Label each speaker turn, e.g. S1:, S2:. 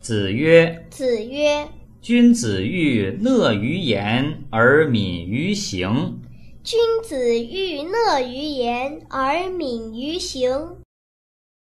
S1: 子曰
S2: 子曰：“
S1: 君子欲乐于言而敏于行。”
S2: 君子欲乐于言而敏于行。